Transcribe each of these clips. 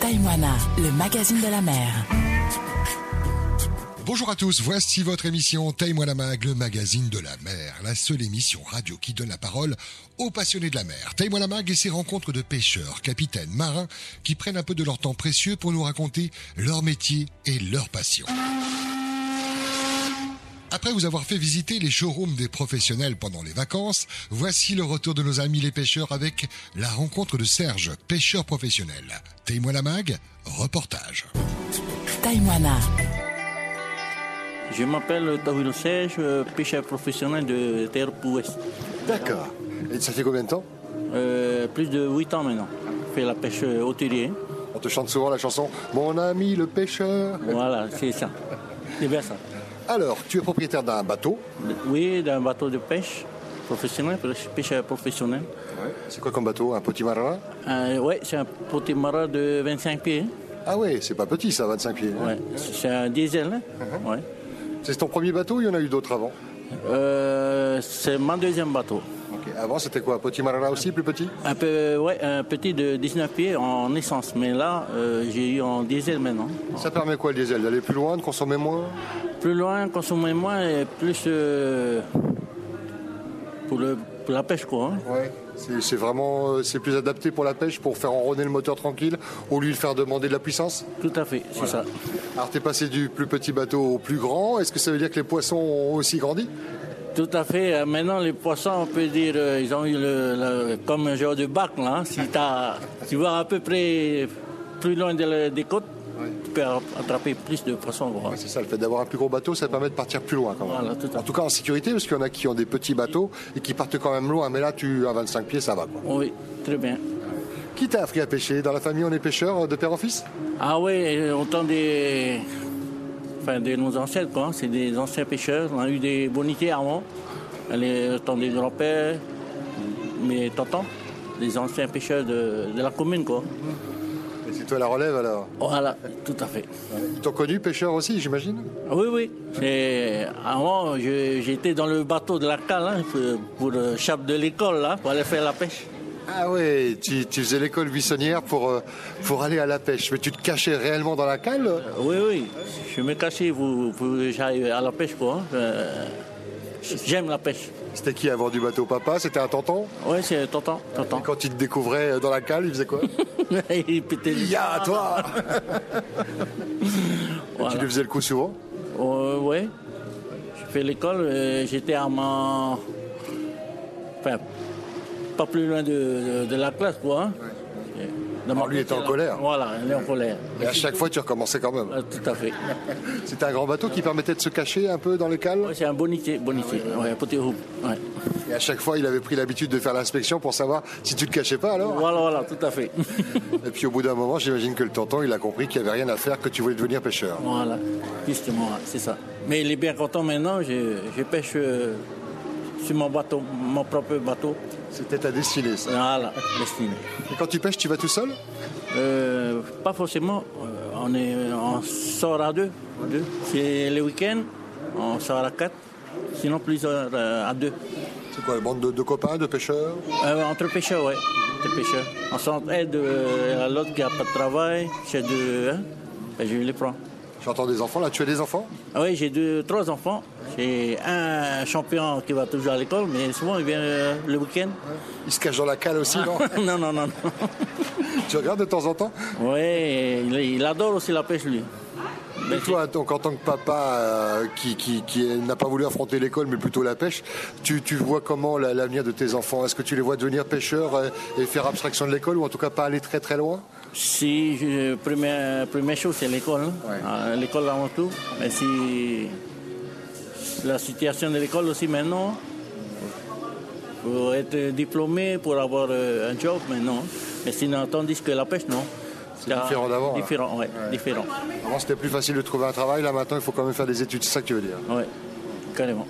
Taïwana, le magazine de la mer. Bonjour à tous, voici votre émission Taille-moi la mag, le magazine de la mer, la seule émission radio qui donne la parole aux passionnés de la mer. Taille-moi la mag et ses rencontres de pêcheurs, capitaines, marins qui prennent un peu de leur temps précieux pour nous raconter leur métier et leur passion. Après vous avoir fait visiter les showrooms des professionnels pendant les vacances, voici le retour de nos amis les pêcheurs avec la rencontre de Serge, pêcheur professionnel. Taille-moi la mag, reportage. Taïwana, Je m'appelle Taouino Serge, euh, pêcheur professionnel de terre ouest. D'accord. Et ça fait combien de temps Euh, plus de 8 ans maintenant. Je fais la pêche euh, hauturier. On te chante souvent la chanson Mon ami le pêcheur. Voilà, c'est ça. C'est bien ça. Alors, tu es propriétaire d'un bateau. Oui, d'un bateau de pêche professionnel, pêche- pêcheur professionnel. C'est quoi comme bateau Un petit marin Euh, ouais, c'est un marin de 25 pieds. hein. Ah ouais, c'est pas petit ça, 25 pieds. Ouais, c'est un diesel. hein. Ouais. C'est ton premier bateau, il y en a eu d'autres avant. Euh, c'est mon deuxième bateau. Ok. Avant, c'était quoi Un petit marin aussi, plus petit Un peu, ouais, un petit de 19 pieds en essence, mais là, euh, j'ai eu en diesel maintenant. Ça permet quoi le diesel D'aller plus loin, de consommer moins Plus loin, consommer moins et plus euh, pour, le, pour la pêche, quoi. hein. Ouais. C'est c'est vraiment euh, c'est plus adapté pour la pêche, pour faire enronner le moteur tranquille, au lieu de faire demander de la puissance Tout à fait, c'est ça. Alors, t'es passé du plus petit bateau au plus grand. Est-ce que ça veut dire que les poissons ont aussi grandi Tout à fait. Euh, Maintenant, les poissons, on peut dire, euh, ils ont eu le, le- comme un genre de bac, là. hein. Si t'as- tu vas à peu près plus loin de la- des côtes, tu peux attraper plus de poissons, quoi. Ouais, C'est ça, le fait d'avoir un plus gros bateau, ça permet de partir plus loin quand même. Voilà, tout à fait. en tout cas en sécurité, parce qu'il y en a qui ont des petits bateaux et qui partent quand même loin. Mais là, tu à 25 pieds, ça va. Quoi. Oui, très bien. Qui t'a appris à pêcher Dans la famille, on est pêcheur euh, de père en fils Ah oui, autant des. Enfin, de nos ancêtres, quoi. hein. C'est des anciens pêcheurs. On a eu des bonités avant. Les, autant des grands-pères, mes tontons, des anciens pêcheurs de, de la commune, quoi. Et c'est toi la relève alors Voilà, tout à fait. Ils t'ont connu pêcheur aussi, j'imagine Ah Oui, oui. C'est- Avant, je- j'étais dans le bateau de la cale hein, pour, pour euh, chape de l'école, là, pour aller faire la pêche. Ah ouais, tu, tu faisais l'école buissonnière pour, euh, pour aller à la pêche. Mais tu te cachais réellement dans la cale Oui, oui. Je me cachais pour, pour que j'aille à la pêche, quoi. hein. Euh, J'aime la pêche. C'était qui avant du bateau Papa C'était un tonton Oui, c'est tonton, tonton. Et quand il te découvrait euh, dans la cale, il faisait quoi il pétait les- Ya, à toi Tu Voilà. lui faisais le coup souvent Euh, ouais. J'ai fait l'école, euh, j'étais à ma. Enfin, pas plus loin de, de- de la classe, quoi. hein. Dans ma Alors, lui était en classe, colère. Voilà, il est en colère. Et à chaque fois, tu recommençais quand même. Ah, Tout à fait. C'était un grand bateau qui permettait de se cacher un peu dans les cales Ouais, C'est un bonitier, bonitier. Ouais, un petit roux. Ouais. Et à chaque fois, il avait pris l'habitude de faire l'inspection pour savoir si tu te cachais pas alors. Voilà, voilà, tout à fait. Et puis au bout d'un moment, j'imagine que le tonton, il a compris qu'il n'y avait rien à faire, que tu voulais devenir pêcheur. voilà, justement, ouais, c'est ça. Mais il est bien content maintenant, je, je pêche euh, sur mon bateau, mon propre bateau. C'était ta destinée, ça. Voilà, destiné. Et quand tu pêches, tu vas tout seul Euh, pas forcément. Euh, On, est, on sort à deux. deux. C'est le week-end, on sort à quatre. Sinon, plus euh, à deux. C'est quoi, une bande de, de copains, de pêcheurs Euh, entre pêcheurs, ouais. Entre pêcheurs. On s'aide euh, à l'autre qui n'a pas de travail. J'ai deux. hein. Ben, je les prends. J'entends des enfants, là, tu as des enfants Ah oui, j'ai deux, trois enfants. J'ai un champion qui va toujours à l'école, mais souvent il vient euh, le week-end. Ils se cachent dans la cale aussi, non non, non, non, non. Tu regardes de temps en temps Oui, il, il adore aussi la pêche, lui. Et toi, donc, en tant que papa euh, qui, qui- qui n'a pas voulu affronter l'école, mais plutôt la pêche, tu, tu vois comment la- l'avenir de tes enfants Est-ce que tu les vois devenir pêcheurs euh, et faire abstraction de l'école, ou en tout cas pas aller très très loin Si, je, première, première chose, c'est l'école. hein. Ouais. Ah, L'école avant tout. Mais si la situation de l'école aussi maintenant, pour être diplômé, pour avoir euh, un job maintenant. Mais sinon, tandis que la pêche, non. C'est différent d'avant, hein. là. Différent, ouais, différent. Avant, c'était plus facile de trouver un travail. Là, maintenant, il faut quand même faire des études. C'est ça que tu veux dire. Ouais, carrément.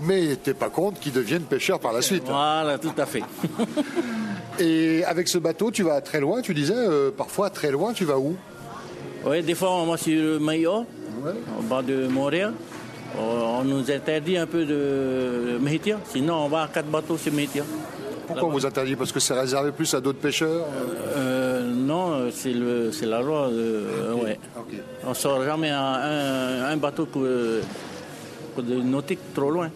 Mais t'es pas contre qu'ils deviennent pêcheurs par la suite. Voilà, tout à fait. Et avec ce bateau, tu vas très loin. Tu disais, euh, parfois très loin, tu vas où Oui, des fois, on va sur le Maillot, au bas de Montréal. On on nous interdit un peu de métier, sinon on va à quatre bateaux sur métier. Pourquoi on vous interdit Parce que c'est réservé plus à d'autres pêcheurs. Euh, non, euh, c'est le- c'est la loi. euh, ouais. Ok. On sort jamais un, un- un bateau que, que de nautique trop loin.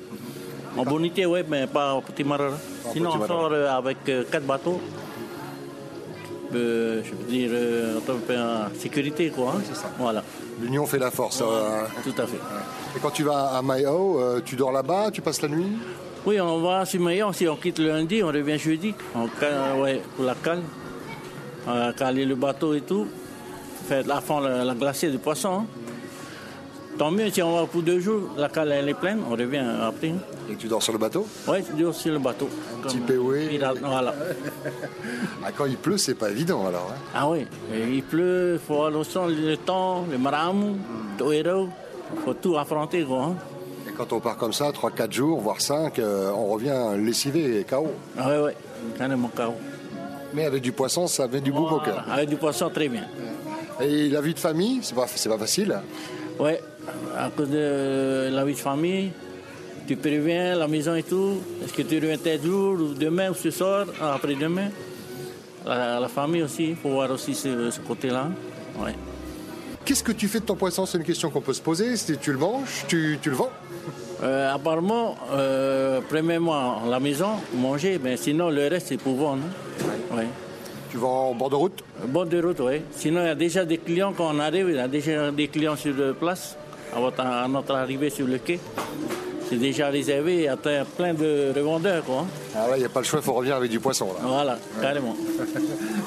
En bonité, oui, mais pas au petit marin. Sinon, Mhm. petit on marin. sort euh, avec euh, quatre bateaux. Euh, je veux dire, euh, on peut en sécurité, quoi. hein. Voilà, L'union fait la force. euh. tout à fait. Et quand tu vas à Mayo, euh, tu dors là-bas, tu passes la nuit Oui, on va à Sumaïa, si on quitte le lundi, on revient jeudi, on, ca- ouais, pour la canne. On a calé le bateau et tout, faire la fond la, la glacée du poisson. hein. Tant mieux, si on va pour deux jours, la cale elle est pleine, on revient après. hein. et tu dors sur le bateau. Ouais, c'est dur sur le bateau. Un petit POE. Voilà. Ah, quand il pleut, c'est pas évident alors. hein. Ah oui, et il pleut, il faut aller au son, le temps, le maramout, le héros, il faut tout affronter. Quoi, hein. Et quand on part comme ça, 3-4 jours, voire 5, on revient lessivé et KO. Ah oui, oui, carrément chaos. Mais avec du poisson, ça met du boum au cœur. Avec du poisson, très bien. Et la vie de famille, c'est pas, c'est pas facile. Oui, à cause de la vie de famille, tu préviens la maison et tout. Est-ce que tu reviens tel jour ou demain ou ce soir, après-demain la, la famille aussi, il faut voir aussi ce, ce côté-là. Ouais. Qu'est-ce que tu fais de ton poisson C'est une question qu'on peut se poser. Si tu le manges, tu, tu le vends. Euh, apparemment, euh, premièrement, la maison, manger, mais sinon le reste c'est pour vendre. hein. Ouais. Tu vends en bord de route. Bonne de route, oui. Sinon, il y a déjà des clients quand on arrive, il y a déjà des clients sur euh, place, à, votre- à notre arrivée sur le quai. C'est déjà réservé, il y a plein plein de revendeurs, quoi. hein. Ah là, il n'y a pas le choix, il faut revenir avec du poisson. Là. Voilà, carrément.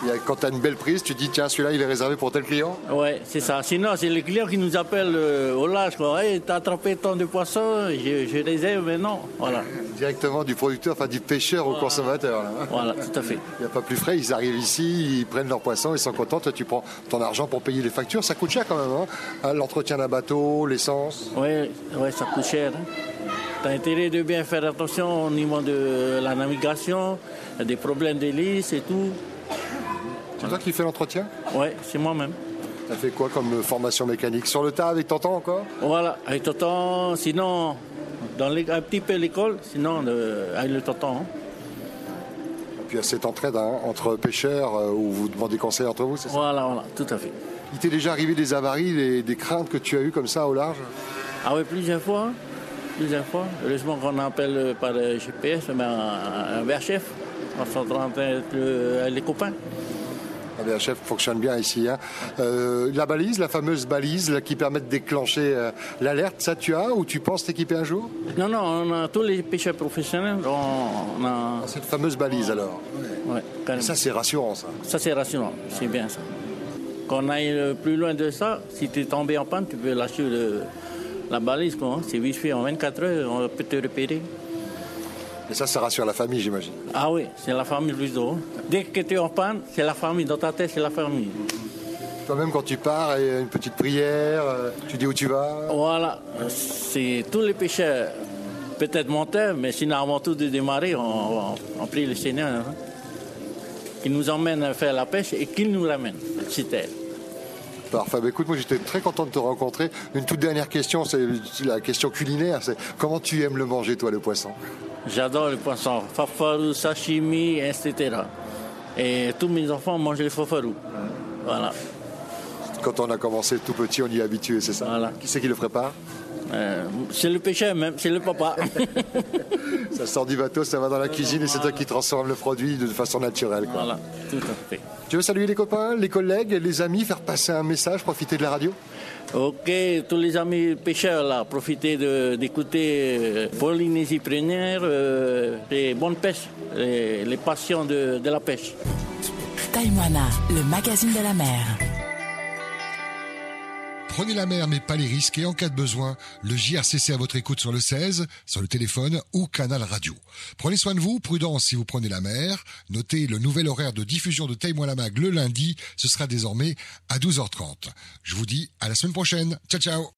Il y a- quand tu as une belle prise, tu dis tiens, celui-là, il est réservé pour tel client. Ouais, c'est ça. Sinon, c'est les clients qui nous appellent euh, au large, quoi. Hey, t'as attrapé tant de poissons, je, je réserve, mais non. Voilà, Directement du producteur, enfin du pêcheur au consommateur. là. voilà, tout à fait. Il n'y a pas plus frais, ils arrivent ici, ils prennent leur poisson, ils sont contents. Toi, tu prends ton argent pour payer les factures, ça coûte cher quand même. hein. Hein, L'entretien d'un bateau, l'essence. Ouais, ouais, ça coûte cher. hein. T'as intérêt de bien faire attention au niveau de la navigation, il y a des problèmes d'hélice et tout. C'est toi qui fais l'entretien Ouais, c'est moi-même. T'as fait quoi comme euh, formation mécanique Sur le tas avec Tonton encore Voilà, avec Tonton, sinon, dans les- un petit peu l'école, sinon, euh, avec le Tonton. hein. Et puis à cette entraide hein, entre pêcheurs euh, où vous demandez conseil entre vous, c'est ça Voilà, voilà, tout à fait. Il t'est déjà arrivé des avaries, des, des craintes que tu as eues comme ça au large Ah oui, plusieurs fois. hein. Plusieurs fois. Heureusement qu'on appelle euh, par euh, GPS, mais un, un VHF. On s'entend avec le- avec les copains. La VHF Ah, fonctionne bien ici. hein. Euh, la balise, la fameuse balise là, qui permet de déclencher euh, l'alerte, ça tu as ou tu penses t'équiper un jour Non, non, on a tous les pêcheurs professionnels. On, on a. Cette fameuse balise alors. Ouais, carrément. Ça Ça, c'est rassurant ça. c'est rassurant. C'est bien ça. Qu'on aille euh, plus loin de ça, si tu es tombé en panne, tu peux lâcher le- la balise. quoi, hein. C'est vite fait. En 24 heures, on peut te repérer. Et ça, ça rassure la famille j'imagine. Ah oui, c'est la famille plus haut. Dès que tu es en panne, c'est la famille. Dans ta tête, c'est la famille. Toi-même quand tu pars, il y a une petite prière, euh, tu dis où tu vas. Voilà, c'est tous les pécheurs, peut-être montaient, mais sinon avant tout de démarrer, on, on, on prie le Seigneur hein, qui nous emmène à faire la pêche et qu'il nous ramène sur terre. Parfait. Bah, écoute, moi j'étais très content de te rencontrer. Une toute dernière question, c'est la question culinaire. C'est comment tu aimes le manger toi le poisson J'adore le poisson, fafarou, sashimi, etc. Et tous mes enfants mangent le fafarou. Voilà, Quand on a commencé tout petit, on y est habitué, c'est ça Voilà. Qui c'est qui le prépare Euh, c'est le pécheur même, c'est le papa. Ça sort du bateau, ça va dans la cuisine et c'est toi qui transforme le produit de façon naturelle. quoi. voilà, tout à fait. Tu veux saluer les copains, les collègues, les amis, faire passer un message, profiter de la radio Ok, tous les amis pêcheurs là, profitez de- d'écouter euh, Polynésie Première euh, les bonnes pêches, les, les passions de- de la pêche. Taïwana, le magazine de la mer. Prenez la mer mais pas les risques et en cas de besoin, le JRCC à votre écoute sur le 16, sur le téléphone ou canal radio. Prenez soin de vous, prudence si vous prenez la mer. Notez le nouvel horaire de diffusion de Taïmois la Mag le lundi, ce sera désormais à 12h30. Je vous dis à la semaine prochaine. Ciao ciao